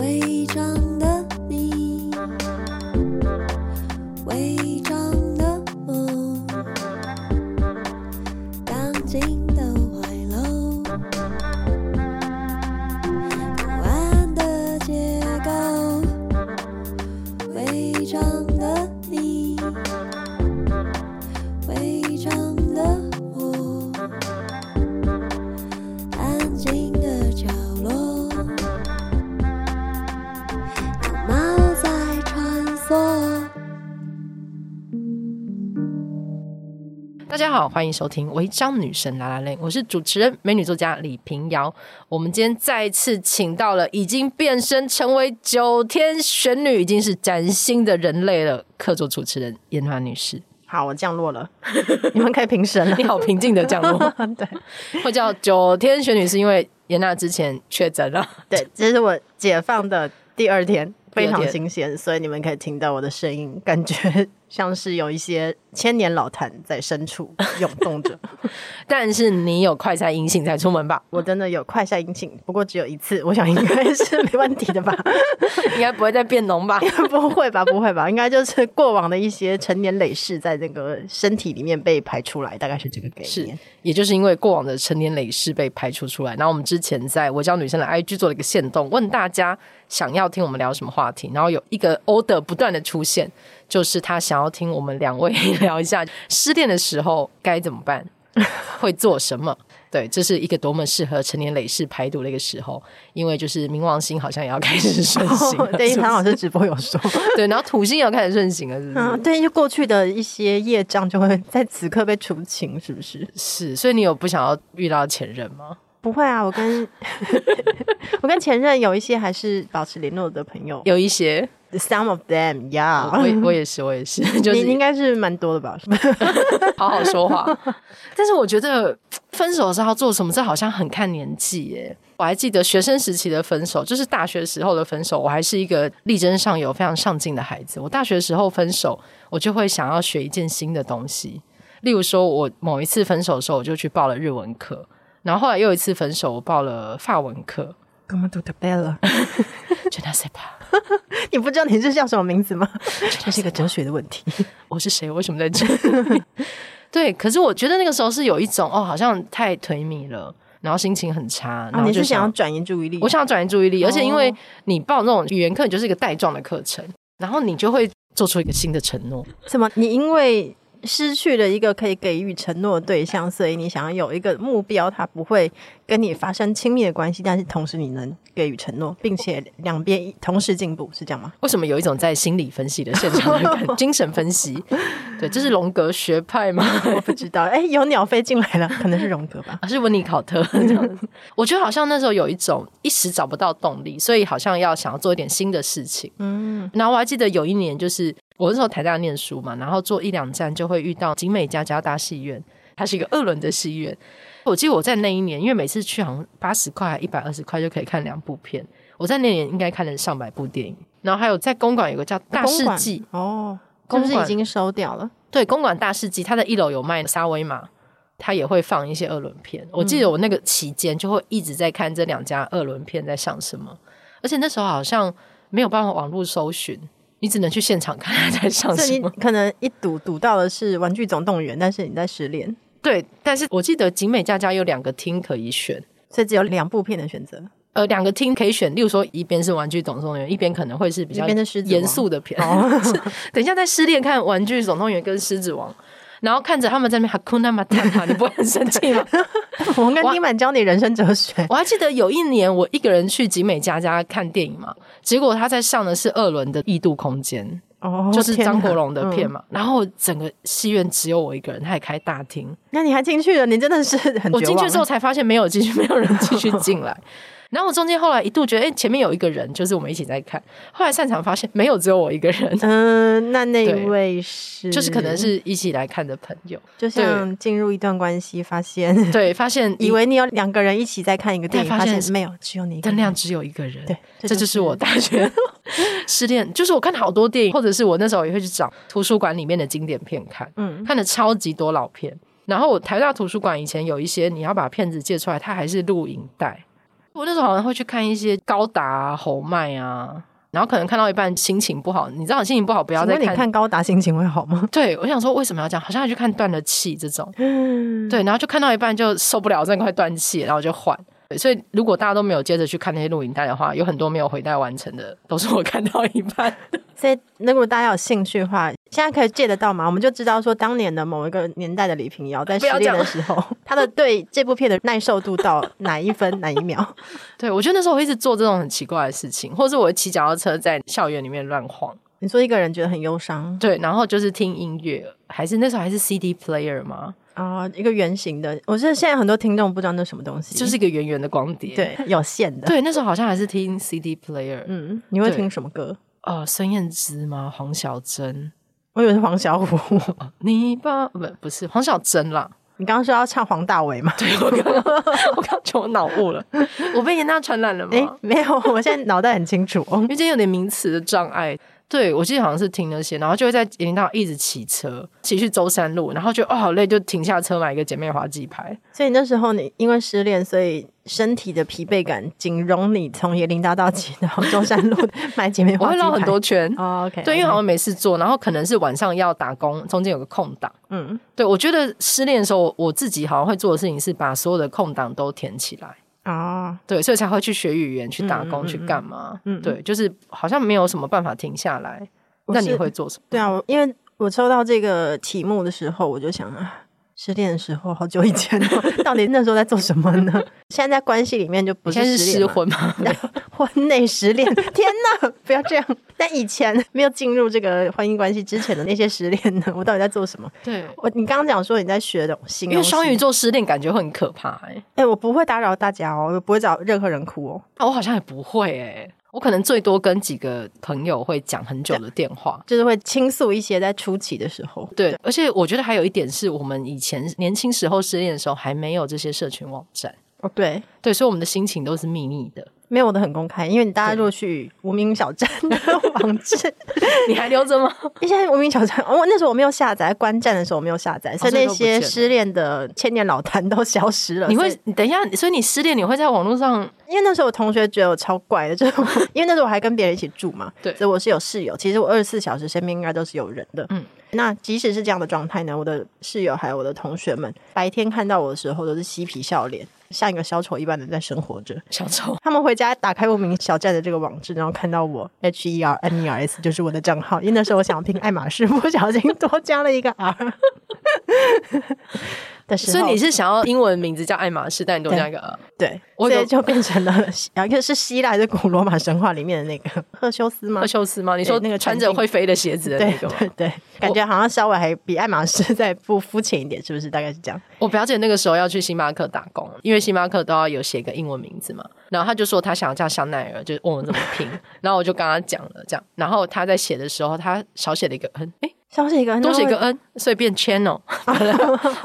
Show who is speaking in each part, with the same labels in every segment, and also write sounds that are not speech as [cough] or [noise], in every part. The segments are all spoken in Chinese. Speaker 1: 伪装的你，伪装的我，钢筋的怀楼，不安的结构，伪装的你，伪装的我，安静的角落。有猫在穿梭。
Speaker 2: 大家好，欢迎收听《违章女神拉拉链》，我是主持人美女作家李平遥。我们今天再次请到了已经变身成为九天玄女，已经是崭新的人类了，客座主持人严华女士。
Speaker 3: 好，我降落了， [laughs] 你们可以评 [laughs] 审了
Speaker 2: [laughs] 你。好平啊静的降 [laughs] 落，
Speaker 3: 对
Speaker 2: 会叫九天玄女是因为严娜之前确诊了，
Speaker 3: [laughs] 对，这是我解放的第二天，
Speaker 2: 第二
Speaker 3: 非
Speaker 2: 天
Speaker 3: 常新鲜，所以你们可以听到我的声音，感觉 [laughs] 像是有一些千年老痰在
Speaker 2: [laughs]
Speaker 3: 深处涌动着。
Speaker 2: 但是你有快筛阴性才出门吧？
Speaker 3: 我真的有快下阴性，不过只有一次，我想应该是没问题的吧？ [laughs]
Speaker 2: 应该不会再变浓吧？
Speaker 3: 不会吧，不会吧？应该就是过往的一些陈年累世在这个身体里面被排出来，大概是这个概
Speaker 2: 是
Speaker 3: 念。，，
Speaker 2: 也就是因为过往的成年累世被排除出来。然后我们之前在我教女生的 IG 做了一个限动，问大家想要听我们聊什么话题，然后有一个 order 不断的出现，就是他想要听我们两位 [laughs] 聊一下失恋的时候该怎么办，会做什么。对，这是一个多么适合成年累世排毒的一个时候，因为就是冥王星好像也要开始顺行了
Speaker 3: 哦 [laughs] 对，
Speaker 2: 是不
Speaker 3: 唐
Speaker 2: 是
Speaker 3: 老师直播有说。
Speaker 2: [laughs] 对，然后土星也要开始顺行了，是不是？
Speaker 3: 嗯，对，就过去的一些业障就会在此刻被除清，是不是？
Speaker 2: 是，所以你有不想要遇到前任吗？
Speaker 3: 不会啊，我 [laughs] 跟我跟前任有一些还是保持联络的朋友
Speaker 2: 有一些，
Speaker 3: ，some of
Speaker 2: 我
Speaker 3: them，yeah。
Speaker 2: 也我也是，我也
Speaker 3: [laughs]
Speaker 2: 是，就是
Speaker 3: 你你应该是蛮多的吧？是吧
Speaker 2: [laughs] 好好说话。但是我觉得呃分手的时候要做什么，这好像很看年纪耶。我还记得学生时期的分手，就是大学时候的分手。我还是一个力争上游、非常上进的孩子。我大学时候分手，我就会想要学一件新的东西。例如说，我某一次分手的时候，我就去报了日文课，然后后来又一次分手，我报了法文课。Je ne sais pas
Speaker 3: [laughs] 你不知道你是叫什么名字吗？ [laughs] 这是一个哲学的问题。
Speaker 2: 我是谁？为什么在这里？对，可是我觉得那个时候是有一种哦，好像太颓靡了，然后心情很差，然
Speaker 3: 啊，
Speaker 2: 后
Speaker 3: 你
Speaker 2: 就是
Speaker 3: 想
Speaker 2: 想
Speaker 3: 要转移注意力？
Speaker 2: 我想要转移注意力，
Speaker 3: 哦
Speaker 2: 而且因为你报那种语言课，你就是一个带状的课程，然后你就会做出一个新的承诺。
Speaker 3: 什么？你因为失去了一个可以给予承诺的对象，所以你想要有一个目标，他不会跟你发生亲密的关系，但是同时你能给予承诺，并且两边一同时进步，是这样
Speaker 2: [laughs]
Speaker 3: 吗？
Speaker 2: 为什么有一种在心理分析的现场的感精神分析？对，这是荣格学派吗？
Speaker 3: 我不知道，哎、有鸟飞进来了，可能是荣格吧。
Speaker 2: 还是温尼考 [laughs] 特这样子？我觉得好像那时候有一种一时找不到动力，所以好像要想要做一点新的事情。
Speaker 3: 嗯，
Speaker 2: 然后我还记得有一年，就是我那时候台大念书嘛，然后坐一两站就会遇到景美家家大戏院，它是一个二轮的戏院。我记得我在那一年，因为每次去好像八十块、一百二十块就可以看两部片，我在那年应该看了上百部电影。然后还有在公馆有个叫大世纪，
Speaker 3: 哦，
Speaker 2: 公
Speaker 3: 就
Speaker 2: [laughs] 馆
Speaker 3: 是已经收掉了。
Speaker 2: 对，公馆大世纪，它的一楼有卖沙威玛，它也会放一些二轮片。我记得
Speaker 3: 嗯
Speaker 2: 我那个期间就会一直在看这两家二轮片在上什么，而且那时候好像没有办法网络搜寻，你只能去现场看它在上
Speaker 3: 所以
Speaker 2: 什
Speaker 3: 你
Speaker 2: 么。
Speaker 3: 可能一赌赌到的是《玩具总动员》，但是你在失恋，
Speaker 2: 对，但是我记得景美家家有两个厅可以选。
Speaker 3: 所以只有两部片的
Speaker 2: [laughs]
Speaker 3: 选择。
Speaker 2: 呃，两个厅可以选，例如说一边是《玩具总动员》，一边可能会是比较
Speaker 3: 一边是狮子王哦
Speaker 2: 严肃的片。 [laughs] 等一下再失恋看《玩具总动员》跟《狮子王》，然后看着他们在那边 Hakuna Matata，你不会很生气吗？
Speaker 3: 我们跟丁满教你人生哲学，
Speaker 2: 我还记得有一年我一个人去集美家家看电影嘛，结果他在上的是二轮的《异度空间》
Speaker 3: 哦
Speaker 2: [laughs] 就是张国荣的
Speaker 3: 天哪
Speaker 2: 片
Speaker 3: 嗯
Speaker 2: 嘛。然后整个戏院只有我一个人，他还开大厅。
Speaker 3: 那你还进去了？你真的是很
Speaker 2: 我
Speaker 3: 绝
Speaker 2: 进
Speaker 3: 望 [laughs]
Speaker 2: 去之后才发现没有进去，没有人继续进来。然后我中间后来一度觉得，哎、前面有一个人，就是我们一起在看。后来散场发现没有，只有我一个人，
Speaker 3: 嗯，那那
Speaker 2: 对
Speaker 3: 一位是，
Speaker 2: 就是可能是一起来看的朋友。
Speaker 3: 就像进入一段关系，发现
Speaker 2: 对，发现
Speaker 3: [laughs] 以为你有两个人一起在看一个电影，
Speaker 2: 但发
Speaker 3: 发
Speaker 2: 现
Speaker 3: 现
Speaker 2: 是
Speaker 3: 没有，只有你一个
Speaker 2: 灯
Speaker 3: 人。
Speaker 2: 亮只有一个人。
Speaker 3: 对，
Speaker 2: 这就是我大学 [laughs] 失恋，就是我看好多电影，或者是我那时候也会去找图书馆里面的经典片看，
Speaker 3: 嗯
Speaker 2: 看了超级多老片。然后我台大图书馆以前有一些，你要把片子借出来，它还是录影带。我那时候好像会去看一些高达、啊、侯麦啊，然后可能看到一半心情不好，你知道你心情不好不要
Speaker 3: 请
Speaker 2: 再
Speaker 3: 问你看高达心情会好
Speaker 2: [laughs]
Speaker 3: 吗？
Speaker 2: 对，我想说为什么要这样？好像要去看断了气这种，
Speaker 3: 嗯，
Speaker 2: 对，然后就看到一半就受不了，真的快断气，然后就换。对，所以如果大家都没有接着去看那些录影带的话，有很多没有回带完成的，都是我看到一半。
Speaker 3: 所以如果大家有兴趣的话，现在可以借得到嘛？我们就知道说，当年的某一个年代的李平遥在
Speaker 2: 不
Speaker 3: 失
Speaker 2: 要
Speaker 3: 恋
Speaker 2: 这
Speaker 3: 的
Speaker 2: 样
Speaker 3: 时候， [laughs] 他的对这部片的耐受度到哪一分哪一秒？ [laughs]
Speaker 2: 对，我觉得那时候我一直做这种很奇怪的事情，或者是我骑脚踏车在校园里面乱晃。
Speaker 3: 你说一个人觉得很忧伤
Speaker 2: 对，然后就是听音乐，还是那时候还是 CD player 嘛，
Speaker 3: 啊、一个圆形的，我觉得现在很多听众不知道那什么东西，
Speaker 2: 就是一个圆圆的光碟。
Speaker 3: 对有线的。
Speaker 2: 对，那时候好像还是听 CD player，、
Speaker 3: 嗯，你会
Speaker 2: 对
Speaker 3: 听什么歌？
Speaker 2: 呃，孙燕姿吗？黄小珍？
Speaker 3: 我以为是黄
Speaker 2: [laughs]
Speaker 3: 小琥。
Speaker 2: 你把不不是黄小珍啦，
Speaker 3: 你刚刚说要唱黄大炜吗？
Speaker 2: 对我刚刚 [laughs] 我刚觉得我脑雾了，我被严娜传染了吗？
Speaker 3: 哎、没有，我现在脑袋很清楚哦 [laughs]
Speaker 2: 因。为今天有点名词的障碍。对，我记得好像是听那些，然后就会在林道一直骑车，骑去舟山路，然后就哦好累，就停下车买一个姐妹花鸡排。
Speaker 3: 所以那时候你因为失恋，所以身体的疲惫感仅容你从椰林大道骑到中山路 [laughs] 买姐妹
Speaker 2: 我
Speaker 3: 花
Speaker 2: 会
Speaker 3: 鸡排。
Speaker 2: 绕很多圈，
Speaker 3: 哦，OK，
Speaker 2: 对，因为好
Speaker 3: OK
Speaker 2: 像没事做，然后可能是晚上要打工，中间有个空档。
Speaker 3: 嗯，
Speaker 2: 对，我觉得失恋的时候，我我自己好像会做的事情是把所有的空档都填起来。
Speaker 3: 啊，
Speaker 2: 对，所以才会去学语言、去打工、
Speaker 3: 嗯嗯
Speaker 2: 去干嘛。
Speaker 3: 嗯
Speaker 2: 对，就是好像没有什么办法停下来。
Speaker 3: 我
Speaker 2: 那
Speaker 3: 是
Speaker 2: 你会做什么？
Speaker 3: 对啊，我因为我抽到这个题目的时候，我就想啊，失恋的时候好久以前哦， [laughs] 到底那时候在做什么呢？ [laughs] 现在在关系里面就不
Speaker 2: 你现在是
Speaker 3: 失
Speaker 2: 失
Speaker 3: 恋嘛。
Speaker 2: 婚 [laughs] 吗？
Speaker 3: 婚内失
Speaker 2: [laughs]
Speaker 3: 恋，天哪！不要这样。但以前没有进入这个婚姻关系之前的那些失恋呢， [laughs] 我到底在做什么？
Speaker 2: 对，
Speaker 3: 我你刚刚讲说你在学的新
Speaker 2: 因为双鱼
Speaker 3: 座，
Speaker 2: 座失恋感觉会很可怕、欸。
Speaker 3: 哎、我不会打扰大家哦，我不会找任何人哭哦，
Speaker 2: 啊，我好像也不会哎、我可能最多跟几个朋友会讲很久的电话。
Speaker 3: 就是会倾诉一些在初期的时候。
Speaker 2: 对，而且我觉得还有一点是我们以前年轻时候失恋的时候还没有这些社群网站，
Speaker 3: 哦，对，
Speaker 2: 对，所以我们的心情都是秘密的。
Speaker 3: 没有我的很公开，因为你大家如果去无名小站的
Speaker 2: [laughs]
Speaker 3: 网址，
Speaker 2: [laughs] 你还留着吗？
Speaker 3: 一些无名小站，我、那时候我没有下载，观战的时候我没有下载，所以
Speaker 2: 所以哦
Speaker 3: 那
Speaker 2: 都不
Speaker 3: 些
Speaker 2: 见了
Speaker 3: 失恋的千年老坛都消失了。
Speaker 2: [laughs] 你
Speaker 3: 所以
Speaker 2: 会你等一下，所以你失恋你会在网络上 [laughs]
Speaker 3: 因为那时候我同学觉得我超怪的，就是我因为那时候我还跟别人一起住嘛，
Speaker 2: 对
Speaker 3: 所以我是有室友。其实我二十四小时身边应该都是有人的，
Speaker 2: 嗯
Speaker 3: 嗯。那即使是这样的状态呢，我的室友还有我的同学们，白天看到我的时候都是嬉皮笑脸，像一个小丑一般的在生活着。
Speaker 2: 小丑
Speaker 3: 他们回家打开无名小站的这个网址，然后看到我 H E R M E R S 就是我的账号，因为那时候我想要拼爱马仕，不小心多加了一个 R [laughs] 的时候，
Speaker 2: 所以你是想要英文名字叫爱马仕，但你多加一个啊 R。
Speaker 3: 对，
Speaker 2: 我
Speaker 3: 所
Speaker 2: 有
Speaker 3: 以就变
Speaker 2: [laughs]
Speaker 3: 成了，然后一个是希腊，还是古罗马神话里面的那个赫修斯吗
Speaker 2: 赫？修斯吗？你说
Speaker 3: 对那个
Speaker 2: 穿
Speaker 3: 船
Speaker 2: 着
Speaker 3: 钉
Speaker 2: 会飞的鞋子的
Speaker 3: 对
Speaker 2: 那个吗？
Speaker 3: 对对，感觉好像稍微还比爱马仕 [laughs] 再不肤浅一点，是不是？大概是这样。
Speaker 2: 我表姐那个时候要去星巴克打工，因为星巴克都要有写个英文名字嘛。然后她就说她想要叫香奈儿，就问我怎么
Speaker 3: [laughs]
Speaker 2: 拼。然后我就跟她讲了这样。然后她在写的时候，她少写了一个 n，哎、
Speaker 3: 少写一个，
Speaker 2: 多写一个
Speaker 3: 然
Speaker 2: n，所以变
Speaker 3: [laughs]
Speaker 2: channel。本来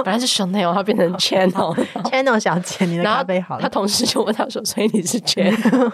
Speaker 2: 本来是 Chanel，她变成 channel。
Speaker 3: 后 Channel 小姐，你的
Speaker 2: 然
Speaker 3: 咖
Speaker 2: 后
Speaker 3: 啡好
Speaker 2: 她
Speaker 3: 了。
Speaker 2: 同事就问她说：“所以你是
Speaker 3: [laughs]
Speaker 2: channel？”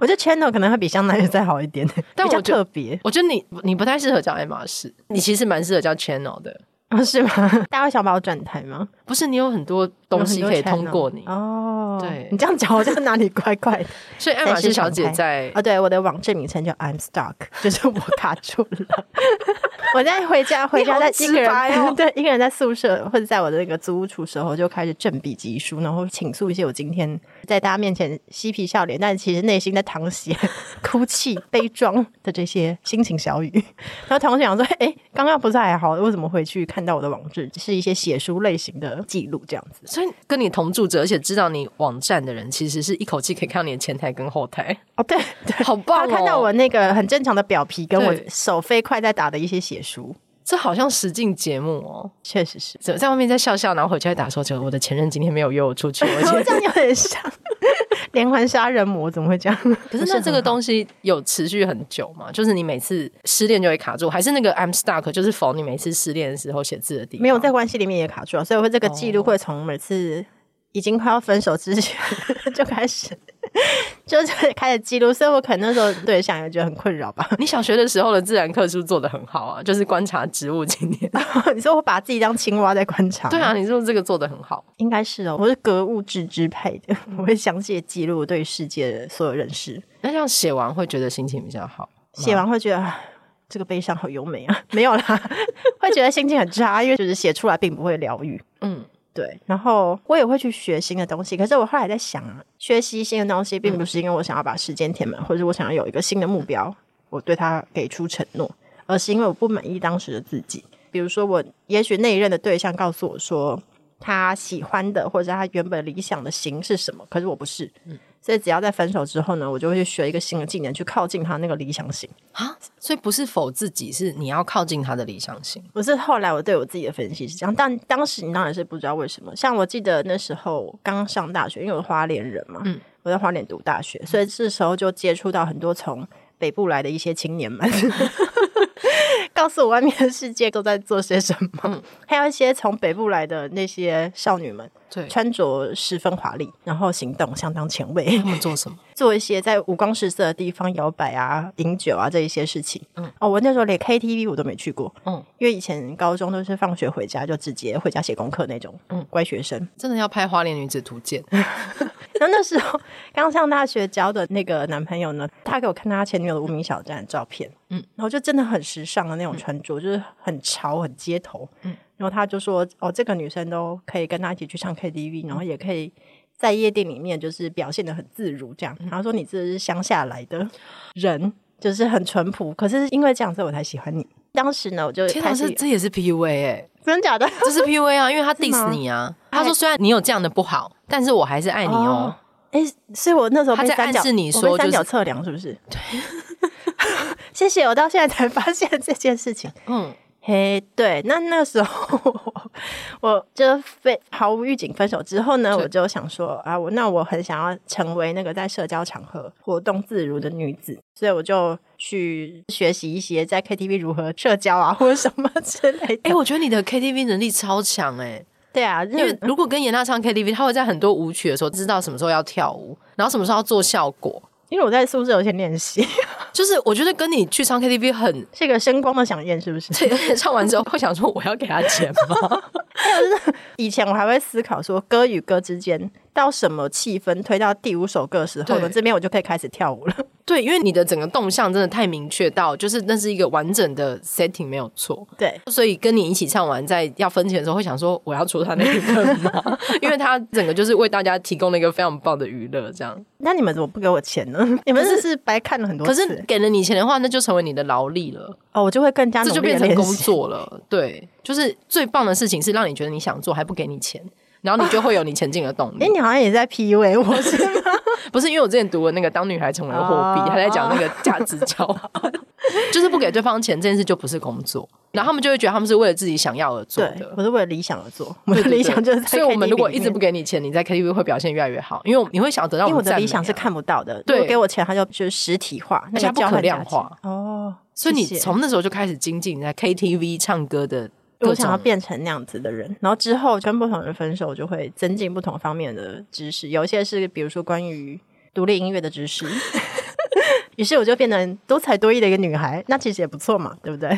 Speaker 3: 我觉得 Channel 可能会比香奈儿再好一点，
Speaker 2: 但
Speaker 3: 比较
Speaker 2: 我觉得
Speaker 3: 特别，
Speaker 2: 我觉得你你不太适合叫爱马仕，你其实蛮适合叫 channel 的。
Speaker 3: 哦是吗？大家会想把我转台吗？
Speaker 2: 不是你有很多东西可以通过你
Speaker 3: 有很多 Channel，哦。
Speaker 2: 对
Speaker 3: 你这样讲，我就哪里怪怪的。
Speaker 2: 所以爱马仕小姐在
Speaker 3: 哦，对，我的网站名称叫 I'm stuck，就是 [laughs] 我卡住了。 [laughs] 我在回家，回家在一个人、
Speaker 2: 直白哦
Speaker 3: [laughs] 对一个人在宿舍或者在我的那个租屋处时候，就开始振笔疾书，然后倾诉一些我今天在大家面前嬉皮笑脸，但其实内心在淌血、 [laughs] 哭泣、悲壮的这些心情小语。然后同事想说：“哎，刚刚不是还好，为什么回去看到我的网址是一些写书类型的记录这样子？”
Speaker 2: 所以跟你同住者，而且知道你网站的人，其实是一口气可以看到你的前台跟后台，
Speaker 3: 哦，对对。
Speaker 2: 好棒
Speaker 3: 他
Speaker 2: 哦！
Speaker 3: 看到我那个很正常的表皮，跟我
Speaker 2: 对
Speaker 3: 手飞快在打的一些写书，
Speaker 2: 这好像实境节目哦，。
Speaker 3: 确实
Speaker 2: [laughs] [laughs]
Speaker 3: 是
Speaker 2: 怎么在外面在笑笑，然后回去还打说，就我的前任今天没有约我出去，而
Speaker 3: 我
Speaker 2: 且
Speaker 3: 这样有点像， [laughs] 连环杀人魔怎么会这样？ [laughs]
Speaker 2: 可是那这个东西有持续很久吗？就是你每次失恋就会卡住，还是那个 I'm stuck，就是否你每次失恋的时候写字的地方？
Speaker 3: 没有在关系里面也卡住了，所以会这个记录
Speaker 2: 哦
Speaker 3: 会从每次已经快要分手之前 [laughs] 就开始， [laughs] 就是开始记录。所以我可能那时候对象也觉得很困扰吧。 [laughs]
Speaker 2: 你小学的时候的自然课是不是做的很好啊？就是观察植物今年。
Speaker 3: 你说我把自己当青蛙在观察，
Speaker 2: 啊 [laughs] 对啊，，你是不是这个做的很好？
Speaker 3: 应该是哦。我是格物致知派的， [laughs] 我会详细地记录对世界的所有认识。
Speaker 2: 那这样写完会觉得心情比较好。
Speaker 3: 写完会觉得啊这个悲伤好优美啊， [laughs] 没有啦，会觉得心情很差，因为就是写出来并不会疗愈。
Speaker 2: 嗯，
Speaker 3: 对，然后我也会去学新的东西，可是我后来在想啊，学习新的东西并不是因为我想要把时间填满，或者我想要有一个新的目标，我对他给出承诺，而是因为我不满意当时的自己。比如说我，也许那一任的对象告诉我说他喜欢的或者他原本理想的型是什么，可是我不是，所以只要在分手之后呢，我就会去学一个新的技能，去靠近他那个理想型。
Speaker 2: 啊，所以不是否自己，是你要靠近他的理想型。
Speaker 3: 我是后来我对我自己的分析是这样，但当时你当然是不知道为什么。像我记得那时候刚上大学，因为我是花莲人嘛，
Speaker 2: 嗯
Speaker 3: 我在花莲读大学，所以这时候就接触到很多从北部来的一些青年们， [laughs] 告诉我外面的世界都在做些什么，还有一些从北部来的那些少女们，
Speaker 2: 对，
Speaker 3: 穿着十分华丽，然后行动相当前卫
Speaker 2: 他。们做 [coughs] 什么？
Speaker 3: 做一些在五光十色的地方摇摆啊、饮酒啊这一些事情。
Speaker 2: 嗯
Speaker 3: 嗯，哦，我那时候连 KTV 我都没去过。
Speaker 2: 嗯
Speaker 3: 嗯，因为以前高中都是放学回家就直接回家写功课那种，嗯，乖学生。 [laughs]
Speaker 2: 真的要拍《花莲女子图鉴》
Speaker 3: 然后那时候刚上大学交的那个男朋友呢，他给我看他前女友的无名小站的照片，
Speaker 2: 嗯
Speaker 3: 嗯，然后就真的很时尚的那种穿着，就是很潮、很街头，嗯，然后他就说，哦，这个女生都可以跟他一起去唱 KTV，然后
Speaker 2: 嗯
Speaker 3: 也可以。在夜店里面，就是表现的很自如，这样。
Speaker 2: 嗯
Speaker 3: 然后说你这是乡下来的人，就是很淳朴。可是因为这样，所以我才喜欢你。当时呢，我就
Speaker 2: 天
Speaker 3: 开
Speaker 2: 哪，
Speaker 3: 始
Speaker 2: 这这也是 PUA 哎、 [laughs]
Speaker 3: 真的假的？
Speaker 2: 这是 PUA 啊，因为他
Speaker 3: 吗
Speaker 2: diss 你啊。他说虽然你有这样的不好，但是我还是爱你哦。
Speaker 3: 哎、所以我那时候被
Speaker 2: 他在
Speaker 3: 三角，
Speaker 2: 暗示你
Speaker 3: 我
Speaker 2: 说
Speaker 3: 被三
Speaker 2: 就是
Speaker 3: 角测量是不是？对， [laughs] 谢谢，我到现在才发现这件事情。
Speaker 2: 嗯，
Speaker 3: 嘿、对，那那时候我就非毫无预警分手之后呢，
Speaker 2: 是
Speaker 3: 我就想说啊，我那我很想要成为那个在社交场合活动自如的女子，所以我就去学习一些在 KTV 如何社交啊，或者什么之类的。
Speaker 2: 哎、我觉得你的 KTV 能力超强哎、
Speaker 3: 对啊，因
Speaker 2: 因为如果跟严娜唱 KTV，她会在很多舞曲的时候知道什么时候要跳舞，然后什么时候要做效果。
Speaker 3: 因为我在宿舍有些练习， [laughs]
Speaker 2: 就是我觉得跟你去唱 KTV 很 [laughs]
Speaker 3: 是一个声光的响应，是不是？
Speaker 2: 对，而且唱完之后会想说我要给他钱吗？
Speaker 3: 以前我还会思考说，歌与歌之间到什么气氛推到第五首歌的时候呢，
Speaker 2: 对
Speaker 3: 这边我就可以开始跳舞
Speaker 2: [laughs]
Speaker 3: 了。
Speaker 2: 对，因为你的整个动向真的太明确到，就是那是一个完整的 setting 没有错。
Speaker 3: 对，
Speaker 2: 所以跟你一起唱完，在要分钱的时候，会想说我要出他那一份吗？ [laughs] 因为他整个就是为大家提供了一个非常棒的娱乐，这样。
Speaker 3: 那你们怎么不给我钱呢？你们是是白看了很多
Speaker 2: 可
Speaker 3: 次，
Speaker 2: 是给了你钱的话，那就成为你的劳力了，
Speaker 3: 哦，我就会更加
Speaker 2: 这
Speaker 3: 努
Speaker 2: 就
Speaker 3: 力地
Speaker 2: 变成
Speaker 3: 练
Speaker 2: 工
Speaker 3: 习。
Speaker 2: 作了。对，就是最棒的事情是让你觉得你想做，还不给你钱。然后你就会有你前进的动力
Speaker 3: 哎、。你好像也在 PUA 我是吗？
Speaker 2: 不是因为我之前读的那个《当女孩成为货币》，
Speaker 3: 哦
Speaker 2: 他在讲那个价值交
Speaker 3: [laughs]
Speaker 2: 换，就是不给对方钱这件事就不是工作，然后他们就会觉得他们是为了自己想要而做
Speaker 3: 对
Speaker 2: 的，。
Speaker 3: 我是为了理想而做，我
Speaker 2: 对
Speaker 3: 的
Speaker 2: 对对
Speaker 3: 理想就是在
Speaker 2: 所以我们
Speaker 3: KTV
Speaker 2: 如果一直不
Speaker 3: 里
Speaker 2: 给你钱，你在 KTV 会表现越来越好，因为我你会想得到
Speaker 3: 面，因为我
Speaker 2: 们
Speaker 3: 的
Speaker 2: 赞
Speaker 3: 理
Speaker 2: 美
Speaker 3: 想是
Speaker 2: 啊，
Speaker 3: 看不到的，
Speaker 2: 对
Speaker 3: 如果给我钱，它就就是实体化，那
Speaker 2: 且它
Speaker 3: 个
Speaker 2: 不
Speaker 3: 交
Speaker 2: 可
Speaker 3: 换
Speaker 2: 量
Speaker 3: 价值
Speaker 2: 化
Speaker 3: 哦。
Speaker 2: 所以你
Speaker 3: 谢谢
Speaker 2: 从那时候就开始精进你在 KTV 唱歌的各
Speaker 3: 我想要
Speaker 2: 种。
Speaker 3: 变成那样子的人，然后之后跟不同人分手，就会增进不同方面的知识，有一些是比如说关于独立音乐的
Speaker 2: [laughs]
Speaker 3: 知识。于是我就变成多才多艺的一个女孩，那其实也不错嘛，对不对？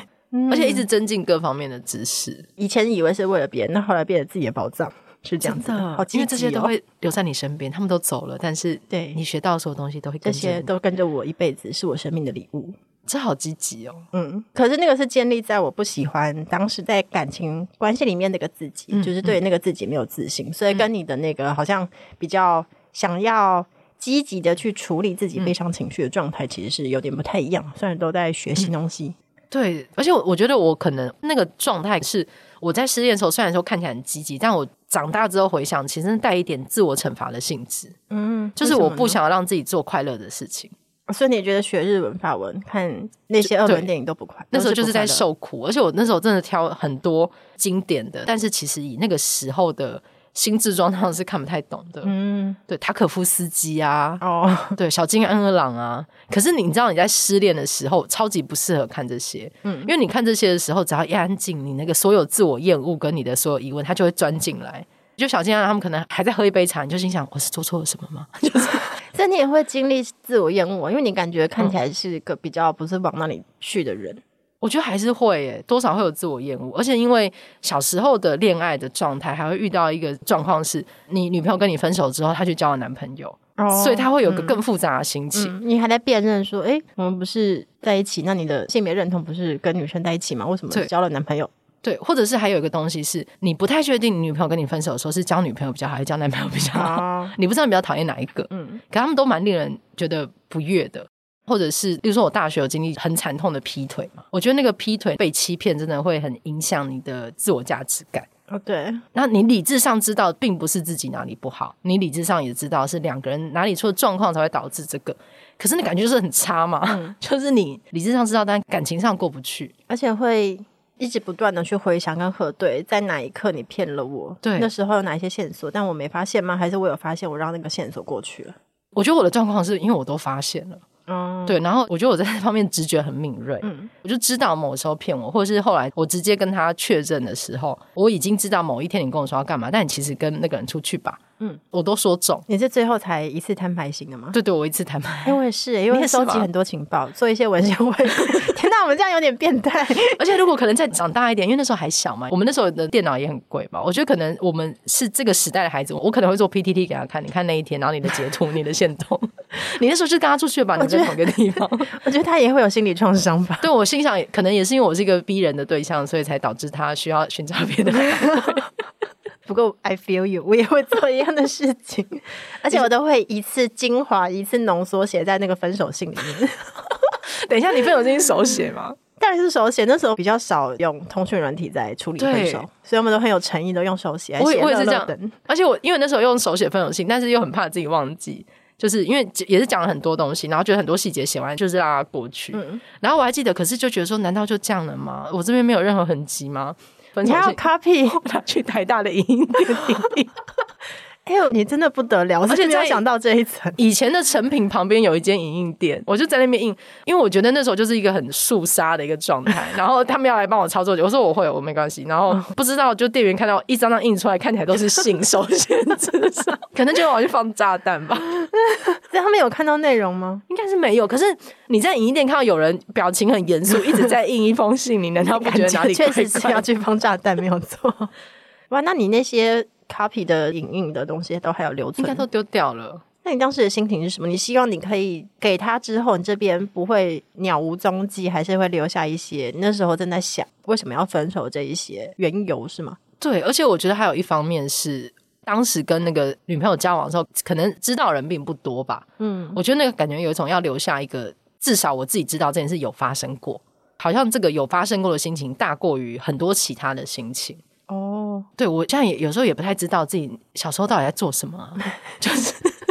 Speaker 2: 而且一直增进各方面的知识，
Speaker 3: 以前以为是为了别人，那后来变成自己的宝藏，是这样子好积极
Speaker 2: 因
Speaker 3: 哦
Speaker 2: 为这些都会留在你身边，他们都走了，但是
Speaker 3: 对
Speaker 2: 你学到的所有东西都会
Speaker 3: 这
Speaker 2: 跟着
Speaker 3: 些
Speaker 2: 你
Speaker 3: 都跟着我一辈子，是我生命的礼物。
Speaker 2: 这好积极哦，
Speaker 3: 嗯，可是那个是建立在我不喜欢当时在感情关系里面那个自己，
Speaker 2: 嗯
Speaker 3: 就是对那个自己没有自信，所以跟你的那个好像比较想要积极的去处理自己悲伤情绪的状态，其实是有点不太一样。虽然都在学新东西，
Speaker 2: 对，而且我我觉得我可能那个状态是我在失恋的时候，虽然说看起来很积极，但我长大之后回想，其实带一点自我惩罚的性质，
Speaker 3: 嗯，
Speaker 2: 就是我不
Speaker 3: 为什
Speaker 2: 想要让自己做快乐的事情。
Speaker 3: 么呢，所以你觉得学日文、法文、看那些二
Speaker 2: 对
Speaker 3: 文电影都不快，
Speaker 2: 那时候
Speaker 3: 都
Speaker 2: 就是
Speaker 3: 不
Speaker 2: 在
Speaker 3: 快乐。
Speaker 2: 受苦，而且我那时候真的挑很多经典的，但是其实以那个时候的心智状态是看不太懂的。
Speaker 3: 嗯，
Speaker 2: 对，塔可夫斯基啊，
Speaker 3: 哦，
Speaker 2: 对，小金安二郎啊。可是你知道你在失恋的时候，超级不适合看这些，嗯，因为你看这些的时候，只要一安静，你那个所有自我厌恶跟你的所有疑问，它就会钻进来。就小金安他们可能还在喝一杯茶，你就心想我是做错了什么吗？
Speaker 3: [laughs] 所以你也会经历自我厌恶啊，因为你感觉
Speaker 2: 嗯
Speaker 3: 看起来是一个比较不是往那里去的人。
Speaker 2: 我觉得还是会耶，多少会有自我厌恶，而且因为小时候的恋爱的状态，还会遇到一个状况是，你女朋友跟你分手之后，她去交了男朋友，所以她会有一个更复杂的心情。
Speaker 3: 哦嗯，你还在辨认说，哎、我们不是在一起？那你的性别认同不是跟女生在一起吗？为什么
Speaker 2: 对
Speaker 3: 交了男朋友？
Speaker 2: 对，或者是还有一个东西是你不太确定，你女朋友跟你分手的时候是交女朋友比较好，还是交男朋友比较好？
Speaker 3: 啊，
Speaker 2: [laughs] 你不知道你比较讨厌哪一个，
Speaker 3: [laughs] 嗯，
Speaker 2: 可他们都蛮令人觉得不悦的。或者是，比如说我大学有经历很惨痛的劈腿嘛，我觉得那个劈腿被欺骗真的会很影响你的自我价值感。
Speaker 3: 哦，对，
Speaker 2: 那你理智上知道，并不是自己哪里不好，你理智上也知道是两个人哪里出了状况才会导致这个。可是你感觉就是很差嘛，
Speaker 3: 嗯
Speaker 2: [laughs] 就是你理智上知道，但感情上过不去。
Speaker 3: 而且会一直不断的去回想跟核对，在哪一刻你骗了我？
Speaker 2: 对
Speaker 3: 那时候有哪一些线索，但我没发现吗？还是我有发现，我让那个线索过去了？
Speaker 2: 我觉得我的状况是因为我都发现了，
Speaker 3: 嗯，
Speaker 2: 对，然后我觉得我在这方面直觉很敏锐，
Speaker 3: 嗯
Speaker 2: 我就知道某时候骗我，或者是后来我直接跟他确认的时候，我已经知道某一天你跟我说要干嘛，但你其实跟那个人出去吧，
Speaker 3: 嗯
Speaker 2: 嗯，我都说中，
Speaker 3: 你是最后才一次摊牌型的吗？
Speaker 2: 对对，我一次坦白，
Speaker 3: [laughs] 哎，我也是，因为
Speaker 2: 你也是
Speaker 3: 收
Speaker 2: 吗
Speaker 3: 集很多情报，做一些文献会。 [laughs] 天哪，我们这样有点变态。 [laughs]
Speaker 2: 而且如果可能再长大一点，因为那时候还小嘛，我们那时候的电脑也很贵嘛。我觉得可能我们是这个时代的孩子，我可能会做 PTT 给他看，你看那一天，然后你的截图、 [laughs] 你的线动，你那时候就跟他出去吧，你们在同一个地方。 [laughs]
Speaker 3: 我觉得他也会有心理创伤吧。
Speaker 2: 对我心想，可能也是因为我是一个逼人的对象，所以才导致他需要寻找别
Speaker 3: [laughs]
Speaker 2: 的。
Speaker 3: 不过 I feel you，我也会做一样的事情，而且我都会一次精华，一次浓缩写在那个分手信里面。
Speaker 2: 等一下，你朋友已经手写吗？
Speaker 3: 当然是手写，那时候比较少用通讯软体在处理
Speaker 2: 对
Speaker 3: 分手，所以我们都很有诚意的用手 [laughs] 写来
Speaker 2: 我
Speaker 3: 写
Speaker 2: 也我也
Speaker 3: 乐
Speaker 2: 是这
Speaker 3: 乐
Speaker 2: 样
Speaker 3: 等。
Speaker 2: 而且我因为那时候用手写分手信，但是又很怕自己忘记，就是因为也是讲了很多东西，然后觉得很多细节写完就是让它过去。
Speaker 3: 嗯
Speaker 2: 然后我还记得，可是就觉得说，难道就这样了吗？我这边没有任何痕迹吗？分
Speaker 3: 你
Speaker 2: 手
Speaker 3: 还要
Speaker 2: [laughs] 信
Speaker 3: copy， [laughs]
Speaker 2: 拿去台大的影音店听。
Speaker 3: 哎呦，你真的不得了，我
Speaker 2: 而且
Speaker 3: 是没有
Speaker 2: 在
Speaker 3: 想到这一层。
Speaker 2: 以前的成品旁边有一间影印店，我就在那边印，因为我觉得那时候就是一个很肃杀的一个状 [laughs] 态。然后他们要来帮我操作，我说我会，我没关系。然后不知道，就店员看到一张张印出来，看起来都是信手写字 [laughs] 上，可能就我要去放炸弹吧。
Speaker 3: 所以他们有看到内容吗？
Speaker 2: 应该是没有。可是你在影印店看到有人表情很严肃，一直在印一封信，你难道不觉得哪 [laughs] 里怪
Speaker 3: [laughs] 确
Speaker 2: 怪
Speaker 3: 实是要去放炸弹，没有错。哇，那你那些 copy 的影印的东西都还有留
Speaker 2: 应
Speaker 3: 存
Speaker 2: 该
Speaker 3: 吗？
Speaker 2: 都丢掉了。
Speaker 3: 那你当时的心情是什么？你希望你可以给他之后，你这边不会鸟无踪迹，还是会留下一些？你那时候正在想为什么要分手这一些缘由是吗？
Speaker 2: 对，而且我觉得还有一方面是，当时跟那个女朋友交往的时候，可能知道人并不多吧。
Speaker 3: 嗯，
Speaker 2: 我觉得那个感觉有一种要留下一个，至少我自己知道这件事有发生过，好像这个有发生过的心情大过于很多其他的心情。
Speaker 3: 哦，
Speaker 2: 对我现在也有时候也不太知道自己小时候到底在做什么啊、就是 [laughs]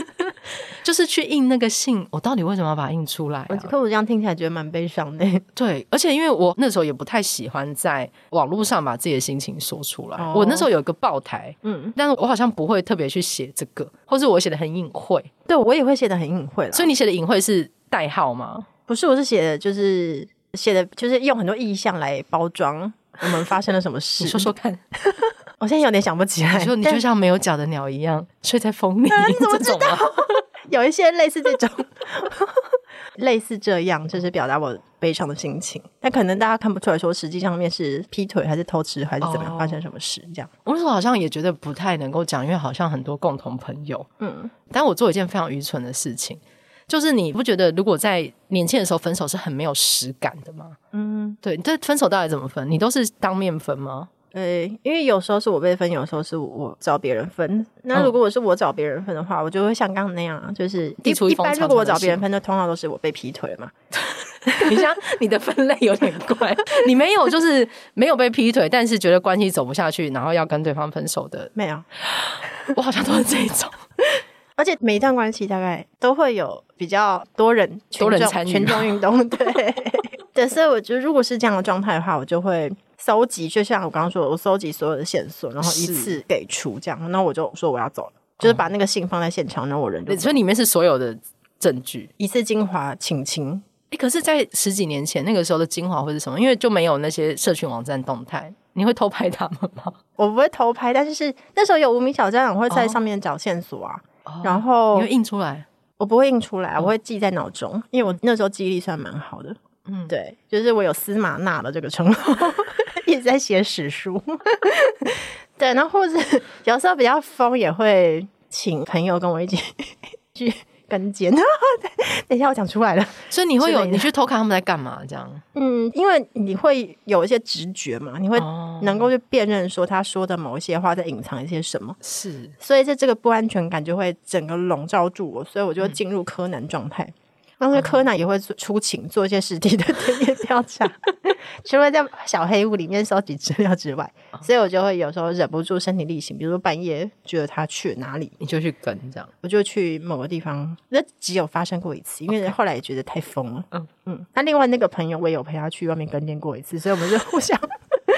Speaker 2: 就是去印那个信，我到底为什么要把它印出来、啊
Speaker 3: 我？可我这样听起来觉得蛮悲伤的。
Speaker 2: 对，而且因为我那时候也不太喜欢在网络上把自己的心情说出来，
Speaker 3: 哦
Speaker 2: 我那时候有一个爆台，
Speaker 3: 嗯，
Speaker 2: 但是我好像不会特别去写这个，或是我写的很隐晦。
Speaker 3: [laughs] 对我也会写的很隐晦了，
Speaker 2: 所以你写的隐晦是代号吗？
Speaker 3: 不是我是写的就是写的就是用很多意象来包装我们发生了什么事。
Speaker 2: 你说说看，
Speaker 3: [laughs] 我现在有点想不起来，
Speaker 2: 你说你
Speaker 3: 哎但
Speaker 2: 就像没有脚的鸟一样睡在风里， [laughs] 这种吗？
Speaker 3: 有一些类似这种， [laughs] 类似这样，就是表达我悲伤的心情。但可能大家看不出来说，实际上面是劈腿还是偷吃还是怎么样，
Speaker 2: 哦
Speaker 3: 发生什么事这样。
Speaker 2: 我那时候好像也觉得不太能够讲，因为好像很多共同朋友，
Speaker 3: 嗯，
Speaker 2: 但我做一件非常愚蠢的事情，就是你不觉得如果在年轻的时候分手是很没有实感的吗？
Speaker 3: 嗯，
Speaker 2: 对，你这分手到底怎么分？你都是当面分吗？ [laughs]
Speaker 3: 呃、因为有时候是我被分，有时候是我我找别人分。那
Speaker 2: 嗯
Speaker 3: 如果我是我找别人分的话，我就会像刚刚那样啊，就是一
Speaker 2: 递出
Speaker 3: 一
Speaker 2: 一封
Speaker 3: 般
Speaker 2: 长
Speaker 3: 如果我
Speaker 2: 长的
Speaker 3: 找别人
Speaker 2: 信
Speaker 3: 分，就通常都是我被劈腿嘛。
Speaker 2: 你像你的分类有点怪，你没有就是没有被劈腿，但是觉得关系走不下去，然后要跟对方分手的，
Speaker 3: 没有，
Speaker 2: 我好像都是这一种。
Speaker 3: 而且每一段关系大概都会有比较多人群众
Speaker 2: 多人参与 [laughs]
Speaker 3: [laughs] 群众运动，对对，所以我觉得如果是这样的状态的话，我就会搜集，就像我刚刚说的，我搜集所有的线索，然后一
Speaker 2: 是
Speaker 3: 次给出这样。那我就说我要走了，就是把那个信放在现场，然后我人就走
Speaker 2: 所以里面是所有的证据。
Speaker 3: 一次精华请亲，
Speaker 2: 哎，可是，在十几年前那个时候的精华会是什么？因为就没有那些社群网站动态，你会偷拍他们吗？
Speaker 3: 我不会偷拍，但是是那时候有无名小站长会在上面找线索啊，然
Speaker 2: 你
Speaker 3: 后
Speaker 2: 会印出来？
Speaker 3: 我不会印出来，我会记在脑中，因为我那时候记忆力算蛮好的。
Speaker 2: 嗯，
Speaker 3: 对，就是我有司马纳的这个称号， [laughs] 一直在写史书。 [laughs] 对，然后或者有时候比较疯，也会请朋友跟我一起去跟监。 [laughs] 等一下，我讲出来了。
Speaker 2: 所以你会
Speaker 3: 之
Speaker 2: 有
Speaker 3: 类的
Speaker 2: 你去偷看他们在干嘛这样？
Speaker 3: 嗯，因为你会有一些直觉嘛，你会
Speaker 2: 哦
Speaker 3: 能够去辨认说他说的某一些话在隐藏一些什么，
Speaker 2: 是
Speaker 3: 所以在这个不安全感就会整个笼罩住我，所以我就会进入柯南状态。然后柯南也会做出勤做一些实地的田野调查， [laughs] 除了在小黑屋里面收集资料之外，所以我就会有时候忍不住身体力行，比如说半夜觉得他去哪里，
Speaker 2: 你就去跟这样。
Speaker 3: 我就去某个地方，那只有发生过一次，因为后来也觉得太疯了。嗯
Speaker 2: 嗯
Speaker 3: 嗯，那另外那个朋友我也有陪他去外面跟店过一次，所以我们就互相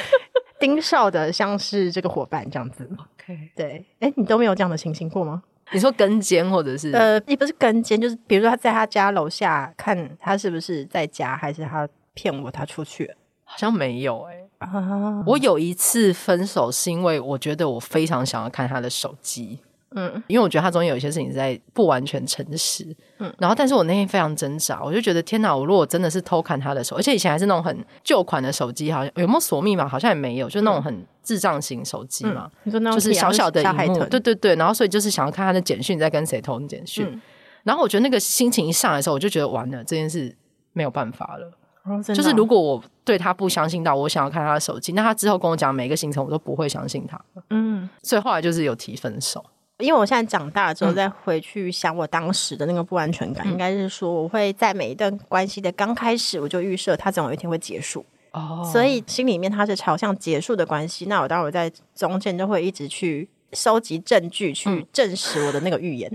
Speaker 3: [laughs] 盯梢的，像是这个伙伴这样子。
Speaker 2: OK，
Speaker 3: 对，哎，你都没有这样的情形过吗？
Speaker 2: 你说跟监或者是
Speaker 3: 呃，也不是跟监，就是比如说他在他家楼下看他是不是在家，还是他骗我他出去了
Speaker 2: 好像没有哎。
Speaker 3: 啊？
Speaker 2: 我有一次分手是因为我觉得我非常想要看他的手机，
Speaker 3: 嗯
Speaker 2: 因为我觉得他中间有一些事情在不完全诚实。
Speaker 3: 嗯
Speaker 2: 嗯，然后但是我那天非常挣扎，我就觉得天哪，我如果真的是偷看他的手，而且以前还是那种很旧款的手机，好像有没有锁密码？好像也没有，就那种很智障型手机嘛。
Speaker 3: 嗯，你说那种
Speaker 2: 就是
Speaker 3: 屁啊
Speaker 2: 小小的
Speaker 3: 小
Speaker 2: 荧
Speaker 3: 海
Speaker 2: 幕，
Speaker 3: 豚
Speaker 2: 对对对，然后所以就是想要看他的简讯在跟谁通简讯，
Speaker 3: 嗯
Speaker 2: 然后我觉得那个心情一上来的时候，我就觉得完了，这件事没有办法了。
Speaker 3: 哦真的
Speaker 2: 就
Speaker 3: 哦
Speaker 2: 是如果我对他不相信到我想要看他的手机，那他之后跟我讲每一个行程，我都不会相信他。
Speaker 3: 嗯。
Speaker 2: 所以后来就是有提分手，
Speaker 3: 因为我现在长大之后，再回去想我当时的那个不安全感，应该是说我会在每一段关系的刚开始，我就预设它总有一天会结束，
Speaker 2: 哦
Speaker 3: 所以心里面它是朝向结束的关系。那我当然我在中间就会一直去收集证据，去证实我的那个预言。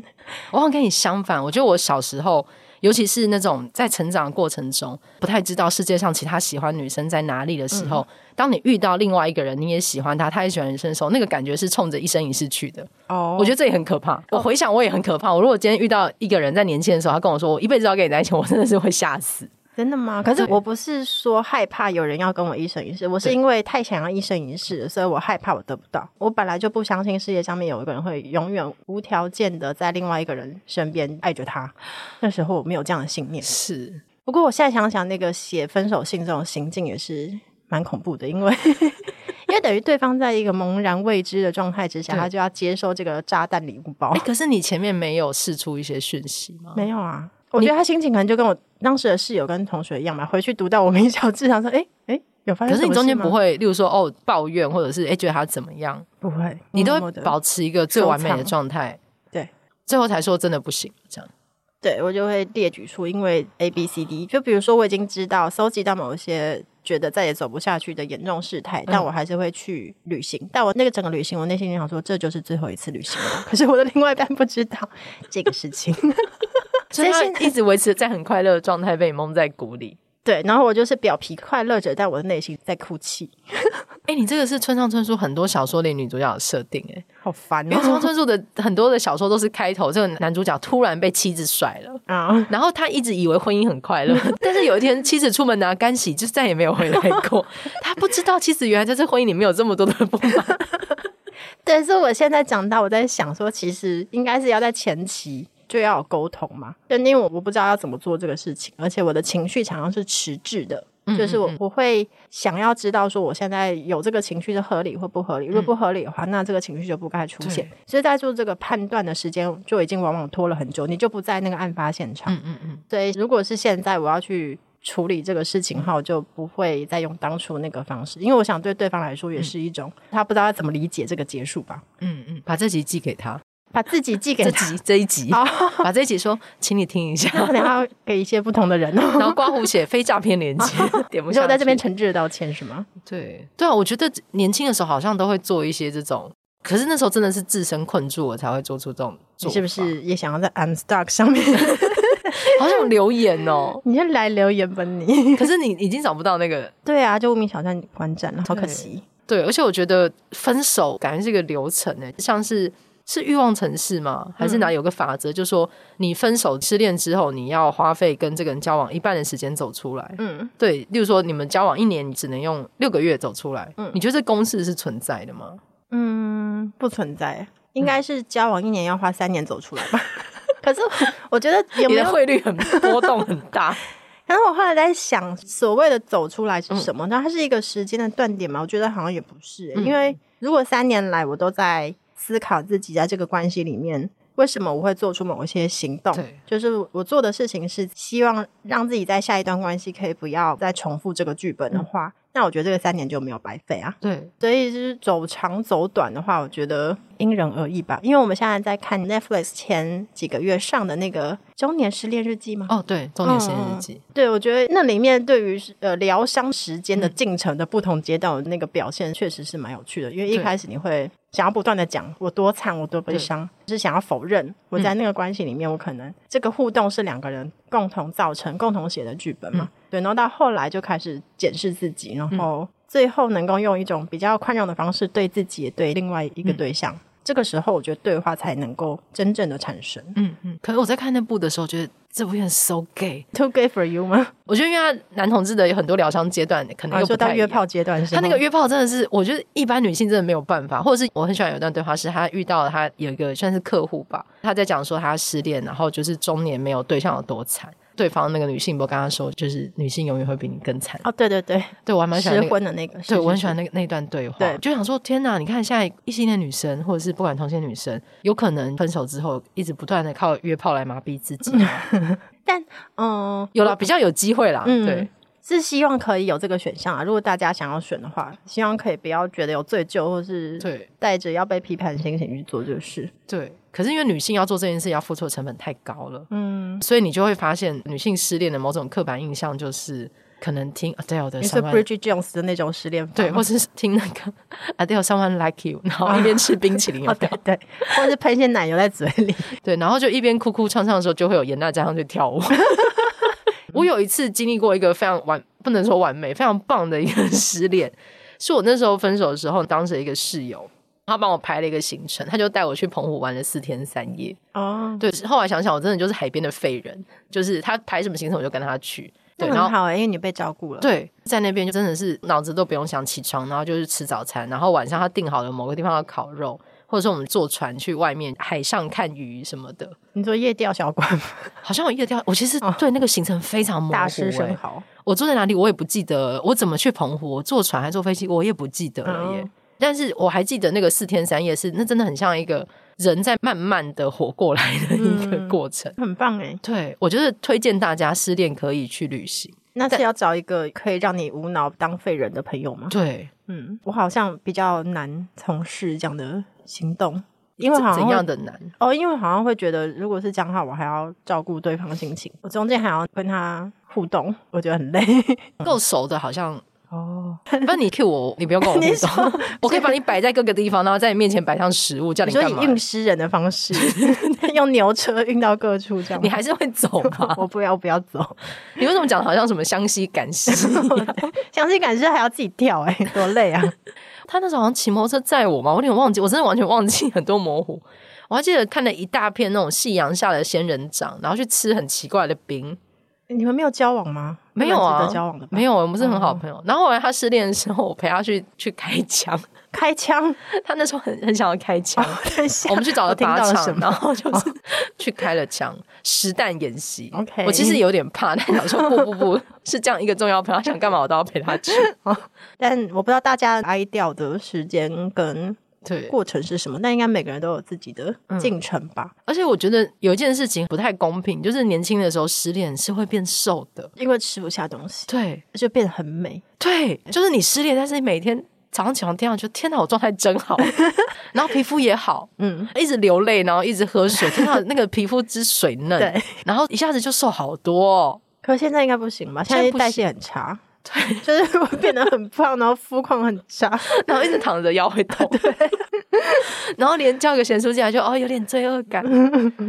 Speaker 2: 我好像跟你相反，我觉得我小时候，尤其是那种在成长过程中不太知道世界上其他喜欢女生在哪里的
Speaker 3: 嗯
Speaker 2: 时候，当你遇到另外一个人，你也喜欢他，他也喜欢女生的时候，那个感觉是冲着一生一世去的。
Speaker 3: 哦
Speaker 2: 我觉得这也很可怕。我回想我也很可怕。我如果今天遇到一个人在年轻的时候，他跟我说我一辈子要跟你在一起，我真的是会吓死。
Speaker 3: 真的吗？可是
Speaker 2: 嗯对
Speaker 3: 我不是说害怕有人要跟我一生一世，我是
Speaker 2: 对
Speaker 3: 因为太想要一生一世了，所以我害怕我得不到。我本来就不相信世界上面有一个人会永远无条件的在另外一个人身边爱着他。那时候我没有这样的信念。
Speaker 2: 是，
Speaker 3: 不过我现在想想，那个写分手信这种行径也是蛮恐怖的，因为 [laughs] 因为等于对方在一个茫然未知的状态之下，
Speaker 2: 对
Speaker 3: 他就要接受这个炸弹礼物包
Speaker 2: 哎、。可是你前面没有试出一些讯息吗？
Speaker 3: 哦没有啊，我觉得他心情可能就跟我当时的室友跟同学一样吧。回去读到我名小志，想说，哎、哎、有发
Speaker 2: 可
Speaker 3: 生什
Speaker 2: 是
Speaker 3: 么事吗？
Speaker 2: 你中间不会，例如说哦抱怨，或者是哎、觉得他怎么样，
Speaker 3: 不会，
Speaker 2: 你都
Speaker 3: 默默
Speaker 2: 会
Speaker 3: 地
Speaker 2: 保持一个最完美
Speaker 3: 收
Speaker 2: 的
Speaker 3: 藏
Speaker 2: 状态，
Speaker 3: 对，
Speaker 2: 最后才说真的不行这样。
Speaker 3: 对我就会列举出，因为 A B C D，就比如说我已经知道搜集到某一些觉得再也走不下去的严重事
Speaker 2: 嗯
Speaker 3: 态，但我还是会去旅行。但我那个整个旅行，我内心里想说，这就是最后一次旅行 [laughs] 了。可是我的另外一半不知道这个事情。 [laughs]
Speaker 2: 所以
Speaker 3: 所
Speaker 2: 他
Speaker 3: 以现
Speaker 2: 一直维持在很快乐的状态，被你蒙在鼓里。
Speaker 3: 对，然后我就是表皮快乐着，但我的内心在哭泣，
Speaker 2: 哎、你这个是村上春树很多小说里女主角的设定哎、
Speaker 3: 好烦
Speaker 2: 因为村上
Speaker 3: [laughs] 哦。
Speaker 2: 春树的很多的小说都是开头这个男主角突然被妻子甩了。
Speaker 3: 啊，
Speaker 2: 然后他一直以为婚姻很快乐，但是有一天妻子出门拿干洗，就再也没有回来过。他不知道妻子原来在这婚姻里面有这么多的不满。
Speaker 3: 对，所以我现在长大，我在想说，其实应该是要在前期就要有沟通嘛，就因为我我不知道要怎么做这个事情，而且我的情绪常常是迟滞的，
Speaker 2: 嗯
Speaker 3: 就是我我会想要知道说我现在有这个情绪是合理或不合理，如果不合理的话，那这个情绪就不该出现
Speaker 2: 嗯对，
Speaker 3: 所以在做这个判断的时间就已经往往拖了很久，你就不在那个案发现场，
Speaker 2: 嗯嗯，
Speaker 3: 所以如果是现在我要去。处理这个事情的话，我就不会再用当初那个方式，因为我想对对方来说也是一种、他不知道要怎么理解这个结束吧。
Speaker 2: 嗯嗯，把这集寄给他，
Speaker 3: 把自己寄给
Speaker 2: 这
Speaker 3: 他，
Speaker 2: 集这一集，
Speaker 3: 好，
Speaker 2: 把这一集说，请你听一下。
Speaker 3: [laughs] 然后给一些不同的 [laughs] 人哦。
Speaker 2: 然后刮胡写非诈骗连
Speaker 3: [laughs]
Speaker 2: 接，点不
Speaker 3: 你说
Speaker 2: 下
Speaker 3: 我
Speaker 2: 去。
Speaker 3: 在这边诚挚的道歉是吗？
Speaker 2: 对对啊，我觉得年轻的时候好像都会做一些这种，可是那时候真的是自身困住，我才会做出这种做
Speaker 3: 你
Speaker 2: 法。
Speaker 3: [laughs] 是不是也想要在 Unstock 上面
Speaker 2: 好想留言
Speaker 3: [laughs]
Speaker 2: 哦。
Speaker 3: 你就来留言吧你。
Speaker 2: 可是你已经找不到那个
Speaker 3: [laughs] 对啊，就无名小站观战了，好可惜。
Speaker 2: 对，而且我觉得分手感觉是一个流程诶，像是是欲望城市吗？还
Speaker 3: 嗯
Speaker 2: 是哪有个法则，就说你分手失恋之后，你要花费跟这个人交往一半的时间走出来。
Speaker 3: 嗯，
Speaker 2: 对，例如说你们交往一年，你只能用六个月走出来。
Speaker 3: 嗯
Speaker 2: 你觉得这公式是存在的吗？
Speaker 3: 嗯，不存在，应该是交往一年要花三年走出来 [laughs] 吧。可是我觉得有
Speaker 2: 你
Speaker 3: 没有
Speaker 2: 的汇率很波动很大，
Speaker 3: 然后我后来在想，所谓的走出来是什么？那、它是一个时间的断点嘛？我觉得好像也不是欸、
Speaker 2: 嗯
Speaker 3: 因为如果三年来我都在思考自己在这个关系里面，为什么我会做出某一些行动
Speaker 2: 对？
Speaker 3: 就是我做的事情是希望让自己在下一段关系可以不要再重复这个剧本的
Speaker 2: 嗯
Speaker 3: 话，那我觉得这个三年就没有白费啊。
Speaker 2: [laughs] 对，
Speaker 3: 所以就是走长走短的话，我觉得因人而异吧。因为我们现在在看 Netflix 前几个月上的那个《中年失恋日记》吗？
Speaker 2: 哦，对，重点是日记，
Speaker 3: 对，我觉得那里面对于呃疗伤时间
Speaker 2: 嗯
Speaker 3: 的进程的不同阶段，那个表现确实是蛮有趣的。因为一
Speaker 2: 对
Speaker 3: 开始你会想要不断的讲我多惨，我多悲
Speaker 2: 对嗯
Speaker 3: 伤，是想要否认我在那个关系里面，我可能这个互动是两个人共同造成、共同写的剧本嘛。
Speaker 2: 嗯
Speaker 3: 对，然后到后来就开始检视自己，然后最后能够用一种比较宽容的方式对自己、也对另外一个
Speaker 2: 嗯
Speaker 3: 对象。这个时候，我觉得对话才能够真正的产生。
Speaker 2: 嗯嗯。可是我在看那部的时候，觉得这部片 so gay。
Speaker 3: Too good for you [laughs] 吗？
Speaker 2: 我觉得，因为他男同志的有很多疗伤阶段，可能
Speaker 3: 啊，
Speaker 2: 又
Speaker 3: 说
Speaker 2: 不
Speaker 3: 到
Speaker 2: 太一
Speaker 3: 约
Speaker 2: 样。
Speaker 3: 炮阶段是
Speaker 2: 他
Speaker 3: 吗，
Speaker 2: 那个约炮真的是，我觉得一般女性真的没有办法，或者是我很喜欢有一段对话是，她遇到了她有一个算是客户吧，她在讲说她失恋，然后就是中年没有对象有多惨，对方那个女性不跟她说，就是女性永远会比你更惨。
Speaker 3: 哦，对对对，
Speaker 2: 对我还蛮喜欢、
Speaker 3: 失
Speaker 2: 那个，
Speaker 3: 婚的那个，是
Speaker 2: 对我很
Speaker 3: 是
Speaker 2: 喜欢那个那一段对话，
Speaker 3: 对
Speaker 2: 就想说天哪，你看现在异性恋女生或者是不管同性恋女生，有可能分手之后一直不断的靠约炮来麻痹自己，啊
Speaker 3: [laughs] 是但嗯，
Speaker 2: 有啦，比较有机会啦，
Speaker 3: 嗯
Speaker 2: 对。
Speaker 3: 是希望可以有这个选项啊。如果大家想要选的话，希望可以不要觉得有罪疚，或是
Speaker 2: 对
Speaker 3: 带着要被批判的心情去做这个事。
Speaker 2: 对，可是因为女性要做这件事要付出的成本太高了，
Speaker 3: 嗯，
Speaker 2: 所以你就会发现，女性失恋的某种刻板印象就是可能听 Adele 的
Speaker 3: 你是
Speaker 2: 三万
Speaker 3: Bridget Jones 的那种失恋法
Speaker 2: 对，
Speaker 3: 吗
Speaker 2: 或是听那个 [laughs] Adele 三万 Like You，然后一边吃冰淇淋有
Speaker 3: 啊 [laughs] 哦，
Speaker 2: 没
Speaker 3: 对
Speaker 2: 有？
Speaker 3: 对，或是喷些奶油在嘴
Speaker 2: [laughs]
Speaker 3: 里，
Speaker 2: 对，然后就一边哭哭唱唱的时候，就会有严娜加上去跳舞。 [laughs] 我有一次经历过一个非常完，不能说完美，非常棒的一个 [laughs] 失恋，是我那时候分手的时候，当时的一个室友。他帮我排了一个行程，他就带我去澎湖玩了四天三夜。
Speaker 3: 哦，
Speaker 2: 对，后来想想，我真的就是海边的废人，就是他排什么行程我就跟他去。对，
Speaker 3: 那
Speaker 2: 然后
Speaker 3: 很好哎、因为你被照顾了。
Speaker 2: 对，在那边就真的是脑子都不用想，起床然后就是吃早餐，然后晚上他订好了某个地方要烤肉，或者说我们坐船去外面海上看鱼什么的。
Speaker 3: 你说夜钓小馆吗
Speaker 2: 好像我夜掉，我其实
Speaker 3: 哦
Speaker 2: 对那个行程非常模糊、
Speaker 3: [laughs] 大师生
Speaker 2: 欸。
Speaker 3: 蚝，
Speaker 2: 我住在哪里我也不记得，我怎么去澎湖，我坐船还坐飞机我也不记得了耶。
Speaker 3: 哦
Speaker 2: 但是我还记得那个四天三夜是，那真的很像一个人在慢慢的活过来的一个
Speaker 3: 嗯
Speaker 2: 过程。
Speaker 3: 很棒哎、
Speaker 2: 对我就是推荐大家失恋可以去旅行。
Speaker 3: 那
Speaker 2: 但
Speaker 3: 是要找一个可以让你无脑当废人的朋友吗？
Speaker 2: 对，
Speaker 3: 嗯，我好像比较难从事这样的行动，因为
Speaker 2: 怎
Speaker 3: 好像
Speaker 2: 怎
Speaker 3: 会
Speaker 2: 样的难？
Speaker 3: 哦，因为好像会觉得，如果是这样的话，我还要照顾对方心情，我中间还要跟他互动，我觉得很累。
Speaker 2: 够熟的好像
Speaker 3: 哦，
Speaker 2: 不然你 Q 我，你不用跟
Speaker 3: [laughs]
Speaker 2: 我互
Speaker 3: 你说
Speaker 2: 动，我可以把你摆在各个地方，然后在你面前摆上食物，叫
Speaker 3: [laughs] 你
Speaker 2: 你
Speaker 3: 说
Speaker 2: 干
Speaker 3: 以
Speaker 2: 嘛？
Speaker 3: 运诗人的
Speaker 2: [laughs]
Speaker 3: 方式，用牛车运到各处这样吗，
Speaker 2: 你还是会走吗？
Speaker 3: [laughs] 我不要，我不要走，
Speaker 2: 你为什么讲得好像什么湘西赶尸？
Speaker 3: 相信感是还要自己跳、
Speaker 2: [laughs]
Speaker 3: 哎，多累啊！
Speaker 2: 他那时候好像骑摩托车载我嘛，我有点忘记，我真的完全忘记很多模糊。我还记得看了一大片那种夕阳下的仙人掌，然后去吃很奇怪的冰，
Speaker 3: 你们没有交往吗？
Speaker 2: 没有
Speaker 3: 蛮
Speaker 2: 啊
Speaker 3: 值得交往的吧，嗯
Speaker 2: 没有，我们不是很好朋友。然后后来他失恋的时候，我陪他去去开枪，
Speaker 3: 开枪，
Speaker 2: 他那时候很很想要开枪。
Speaker 3: [laughs] 等一下
Speaker 2: 哦我们去找了
Speaker 3: 哦我听
Speaker 2: 靶
Speaker 3: 到了什
Speaker 2: 场，然
Speaker 3: 么？
Speaker 2: 后就是去开了枪，实弹演习。
Speaker 3: OK
Speaker 2: 我其实有点怕，但想说不不不，是这样一个重要朋友，想干嘛我都要陪他
Speaker 3: [laughs]
Speaker 2: 去。
Speaker 3: 但我不知道大家哀悼的时间跟
Speaker 2: 对，
Speaker 3: 过程是什么，但应该每个人都有自己的进程吧。
Speaker 2: 而且我觉得有一件事情不太公平，就是年轻的时候失恋是会变瘦的。
Speaker 3: 因为吃不下东西，
Speaker 2: 对
Speaker 3: 就变得很美。
Speaker 2: 对，就是你失恋，但是你每天早上起床听到就天哪，我状态真
Speaker 3: [laughs]
Speaker 2: 好，然后皮肤也好，
Speaker 3: 嗯，
Speaker 2: 一直流泪，然后一直喝水，听到那个皮肤之水嫩，
Speaker 3: 对。
Speaker 2: 然后一下子就瘦好多、哦。
Speaker 3: 可是现在应该不行吧？
Speaker 2: 现
Speaker 3: 现
Speaker 2: 在
Speaker 3: 在
Speaker 2: 不行
Speaker 3: 代谢很差，就是会变得很胖，然后肤况很差。
Speaker 2: 然后一直躺着腰会痛， [laughs] 然后连叫个咸酥鸡还就哦有点罪恶
Speaker 3: [laughs]
Speaker 2: 感。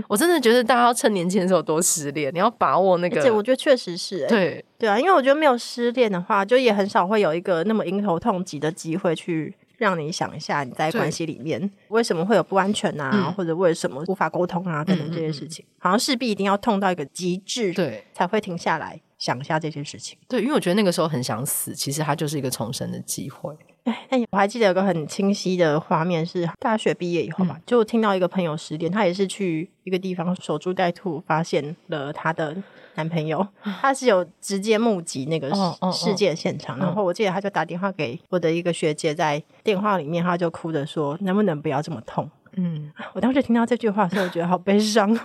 Speaker 2: 我真的觉得大家要趁年轻的时候多失恋，你要把握那
Speaker 3: 而且我
Speaker 2: 个
Speaker 3: 觉得确实是、欸，
Speaker 2: 对
Speaker 3: 对啊，因为我觉得没有失恋的话，就也很少会有一个那么迎头痛击的机会去让你想一下你在
Speaker 2: 对
Speaker 3: 关系里面为什么会有不安全啊，
Speaker 2: 嗯
Speaker 3: 或者为什么无法沟通啊等等这些事情，好像势必一定要痛到一个极致，
Speaker 2: 对
Speaker 3: 才会停下来想一下这些事情。
Speaker 2: 对，因为我觉得那个时候很想死，其实它就是一个重生的机会。
Speaker 3: [laughs] 哎，我还记得有个很清晰的画面是大学毕业以后吧，就听到一个朋友失恋，她也是去一个地方守株待兔，发现了她的男朋友，她是有直接目击那个
Speaker 2: 哦哦哦
Speaker 3: 事件现场，然后我记得她就打电话给我的一个学姐，在电话里面她就哭着说：“能不能不要这么痛 [laughs]
Speaker 2: 嗯，？”
Speaker 3: 我当时听到这句话的时候，我觉得好悲伤 [laughs] 哦，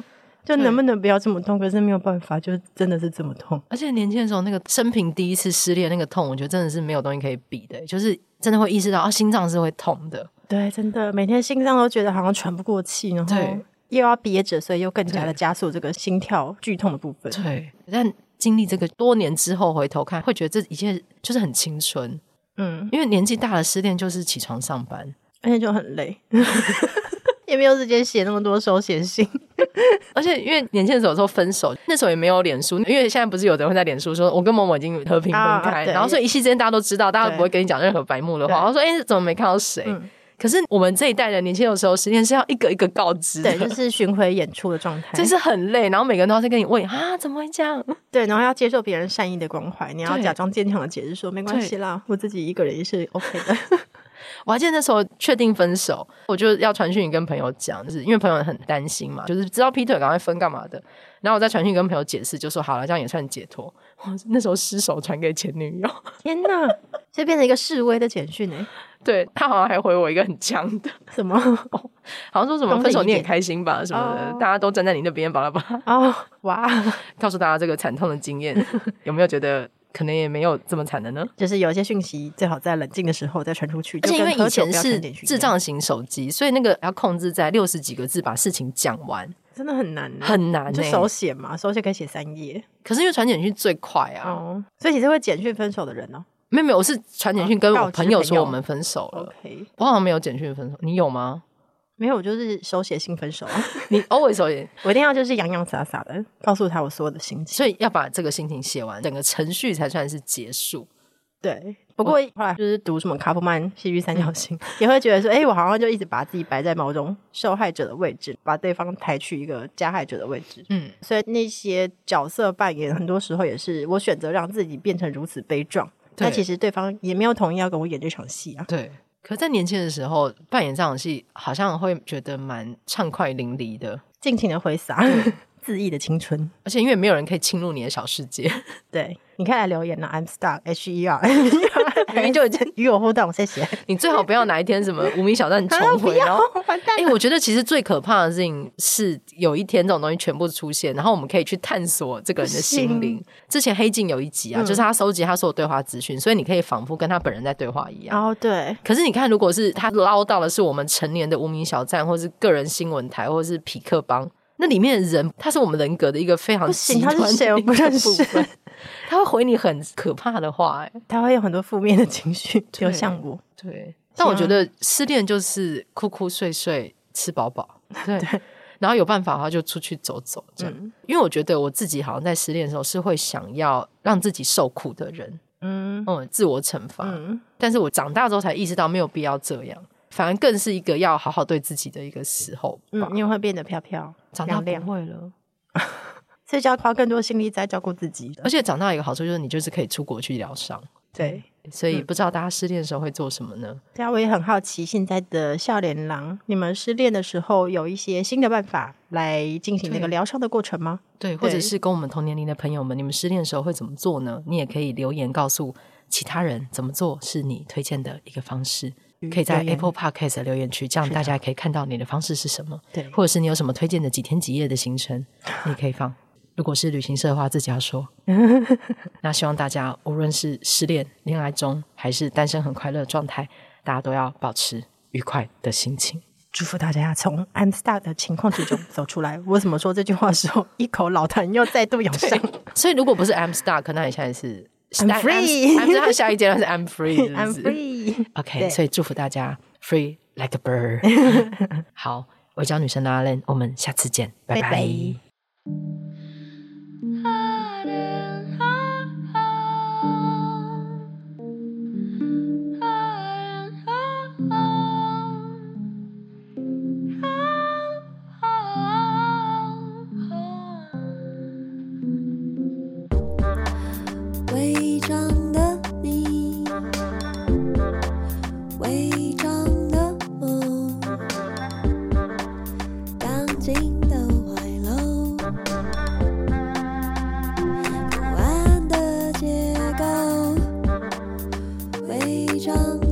Speaker 3: 就能不能不要这么痛？可是没有办法，就真的是这么痛。
Speaker 2: 而且年轻的时候那个生平第一次失恋那个痛，我觉得真的是没有东西可以比的，欸就是真的会意识到啊心脏是会痛的。
Speaker 3: 对，真的每天心脏都觉得好像喘不过气，然后
Speaker 2: 对
Speaker 3: 又要憋着，所以又更加的
Speaker 2: 对
Speaker 3: 加速这个心跳剧痛的部分。
Speaker 2: 对，但经历这个多年之后回头看，会觉得这一切就是很青春，
Speaker 3: 嗯，
Speaker 2: 因为年纪大了失恋就是起床上班，
Speaker 3: 而且就很累， [laughs] 也没有时间写那么多手写信。
Speaker 2: 而且因为年轻的时候说分手，那时候也没有脸书，因为现在不是有的人会在脸书说我跟某某已经和平分开，
Speaker 3: 啊啊对
Speaker 2: 然后所以一夕之间大家都知道，大家不会跟你讲任何白目的话，
Speaker 3: 对
Speaker 2: 然后说哎、怎么没看到谁？
Speaker 3: 嗯
Speaker 2: 可是我们这一代人年轻的时候，实验是要一个一个告知的
Speaker 3: 对，，就是巡回演出的状态。
Speaker 2: [laughs] 这是很累，然后每个人都要在跟你问啊怎么会这样？
Speaker 3: 对，然后要接受别人善意的关怀，你要
Speaker 2: 对
Speaker 3: 假装坚强的解释说没关系啦，我自己一个人也是 OK 的。
Speaker 2: [laughs] 我还记得那时候确定分手，我就要传讯息跟朋友讲，就是因为朋友很担心嘛，就是知道劈腿赶快分干嘛的。然后我在传讯跟朋友解释，就说好了，这样也算解脱。我那时候失手传给前女友，
Speaker 3: 天哪，这变成一个示威的简讯哎、
Speaker 2: 对他好像还回我一个很强的， [laughs]
Speaker 3: 什么？
Speaker 2: 好像说什么
Speaker 3: 懂
Speaker 2: 分手
Speaker 3: 理
Speaker 2: 你也
Speaker 3: 解
Speaker 2: 开心吧什么的，
Speaker 3: 哦
Speaker 2: 大家都站在你那边，巴拉巴拉，
Speaker 3: 哦，哇，
Speaker 2: 告诉大家这个惨痛的经 [laughs] 验，有没有觉得可能也没有这么惨的呢？
Speaker 3: 就是有一些讯息最好在冷静的时候再传出去，
Speaker 2: 而且
Speaker 3: 就
Speaker 2: 因
Speaker 3: 跟
Speaker 2: 为
Speaker 3: 喝
Speaker 2: 以
Speaker 3: 酒
Speaker 2: 前
Speaker 3: 不要
Speaker 2: 是
Speaker 3: 传简讯一
Speaker 2: 智
Speaker 3: 样
Speaker 2: 障型手机，所以那个要控制在六十几个字把事情讲完，
Speaker 3: 真的很难欸，
Speaker 2: 很难、
Speaker 3: 你就
Speaker 2: 欸。
Speaker 3: 手写嘛，手写可以写三页
Speaker 2: 可是因为传简讯最快啊，
Speaker 3: 哦。所以你是会简讯分手的人哦。
Speaker 2: 没有没有，我是传简讯跟
Speaker 3: 告
Speaker 2: 我
Speaker 3: 知
Speaker 2: 朋友
Speaker 3: 朋
Speaker 2: 说
Speaker 3: 友
Speaker 2: 我们分手了，
Speaker 3: OK，
Speaker 2: 我好像没有简讯分手，你有 [laughs] 吗？
Speaker 3: 没有，我就是手写信分手啊。
Speaker 2: 你 always 有点，
Speaker 3: 我一定要就是洋洋洒洒的告诉他我所有的心情。
Speaker 2: 所以要把这个心情写完，整个程序才算是结束。
Speaker 3: 对，不过后来就是读什么卡夫曼戏剧三角
Speaker 2: 嗯
Speaker 3: 形，也会觉得说，哎、我好像就一直把自己摆在某种受害者的位置，把对方抬去一个加害者的位置。
Speaker 2: 嗯，
Speaker 3: 所以那些角色扮演，很多时候也是我选择让自己变成如此悲壮。
Speaker 2: 对
Speaker 3: 那其实对方也没有同意要跟我演这场戏啊。
Speaker 2: 对。可在年轻的时候扮演这场戏，好像会觉得蛮畅快淋漓的，
Speaker 3: 尽情的挥洒 [laughs] 恣意的青春。
Speaker 2: 而且因为没有人可以侵入你的小世界，
Speaker 3: 对，你可以来留言啦、i m stuck H E [laughs] R，明明就已 [laughs] 经与我互动，谢 [laughs] 谢。
Speaker 2: 你最好不要哪一天什么无名小站重
Speaker 3: 啊不
Speaker 2: 回，然
Speaker 3: 要
Speaker 2: 后。，
Speaker 3: 完蛋
Speaker 2: 哎、我觉得其实最可怕的事情是有一天这种东西全部出现，然后我们可以去探索这个人的心灵。之前黑镜有一集啊，
Speaker 3: 嗯
Speaker 2: 就是他收集他所有对话资讯，所以你可以仿佛跟他本人在对话一样。
Speaker 3: 哦，对，
Speaker 2: 可是你看，如果是他捞到的是我们成年的无名小站，或是个人新闻台，或是匹克帮，那里面的人他是我们人格的一个非常
Speaker 3: 不行
Speaker 2: 极端
Speaker 3: 他是谁
Speaker 2: 的
Speaker 3: 我
Speaker 2: 一个
Speaker 3: 不认识
Speaker 2: 部分他会回你很可怕的话、哎，
Speaker 3: 他会有很多负面的情绪流向我。
Speaker 2: 对，但我觉得失恋就是哭哭睡睡，吃饱饱，
Speaker 3: [laughs]
Speaker 2: 对。然后有办法的话就出去走走，这
Speaker 3: 嗯
Speaker 2: 样。因为我觉得我自己好像在失恋的时候是会想要让自己受苦的人，
Speaker 3: 嗯
Speaker 2: 嗯，自我惩罚。
Speaker 3: 嗯，
Speaker 2: 但是我长大之后才意识到没有必要这样，反而更是一个要好好对自己的一个时候吧。
Speaker 3: 嗯，因为会变得飘飘
Speaker 2: 长大
Speaker 3: 亮
Speaker 2: 不
Speaker 3: 亮，
Speaker 2: 会了，
Speaker 3: 所以就要花更多心力在照顾自己的
Speaker 2: 而。且长大有一个好处就是你就是可以出国去疗伤。
Speaker 3: 对，
Speaker 2: 所以不知道大家失恋的时候会做什么呢？
Speaker 3: 对啊，我也很好奇，现在的笑脸郎，你们失恋的时候有一些新的办法来进行那个
Speaker 2: 对
Speaker 3: 疗伤的过程吗？
Speaker 2: 对，或者
Speaker 3: 对
Speaker 2: 是跟我们同年龄的朋友们，你们失恋的时候会怎么做呢？你也可以留言告诉其他人怎么做是你推荐的一个方式。可以在
Speaker 3: 留言
Speaker 2: Apple Podcast 的留言区，这样
Speaker 3: 是的
Speaker 2: 大家可以看到你的方式是什么，
Speaker 3: 对
Speaker 2: 或者是你有什么推荐的几天几夜的行 [laughs] 程，你可以放。如果是旅行社的话，自己要 [laughs] 说。那希望大家无论是失恋、恋爱中，还是单身很快乐的状态，大家都要保持愉快的心情。
Speaker 3: 祝福大家从 I'm Star 的情况之中走出来。我怎么说这句话的时候，一口老痰又再度涌上。
Speaker 2: 所以，如果不是 I'm Star，可能你现在是
Speaker 3: I'm
Speaker 2: I'm-
Speaker 3: free
Speaker 2: I'm- 然后下一阶段是 I'm free，是不
Speaker 3: I'm
Speaker 2: 是
Speaker 3: free。
Speaker 2: OK，
Speaker 3: 对
Speaker 2: 所以祝福大家 free like a bird。好， [laughs] 我教女生拉链，我们下次见，拜拜
Speaker 3: 拜拜
Speaker 1: 伪装的你，伪装的我，钢筋的怀楼，不安的结构，伪装的。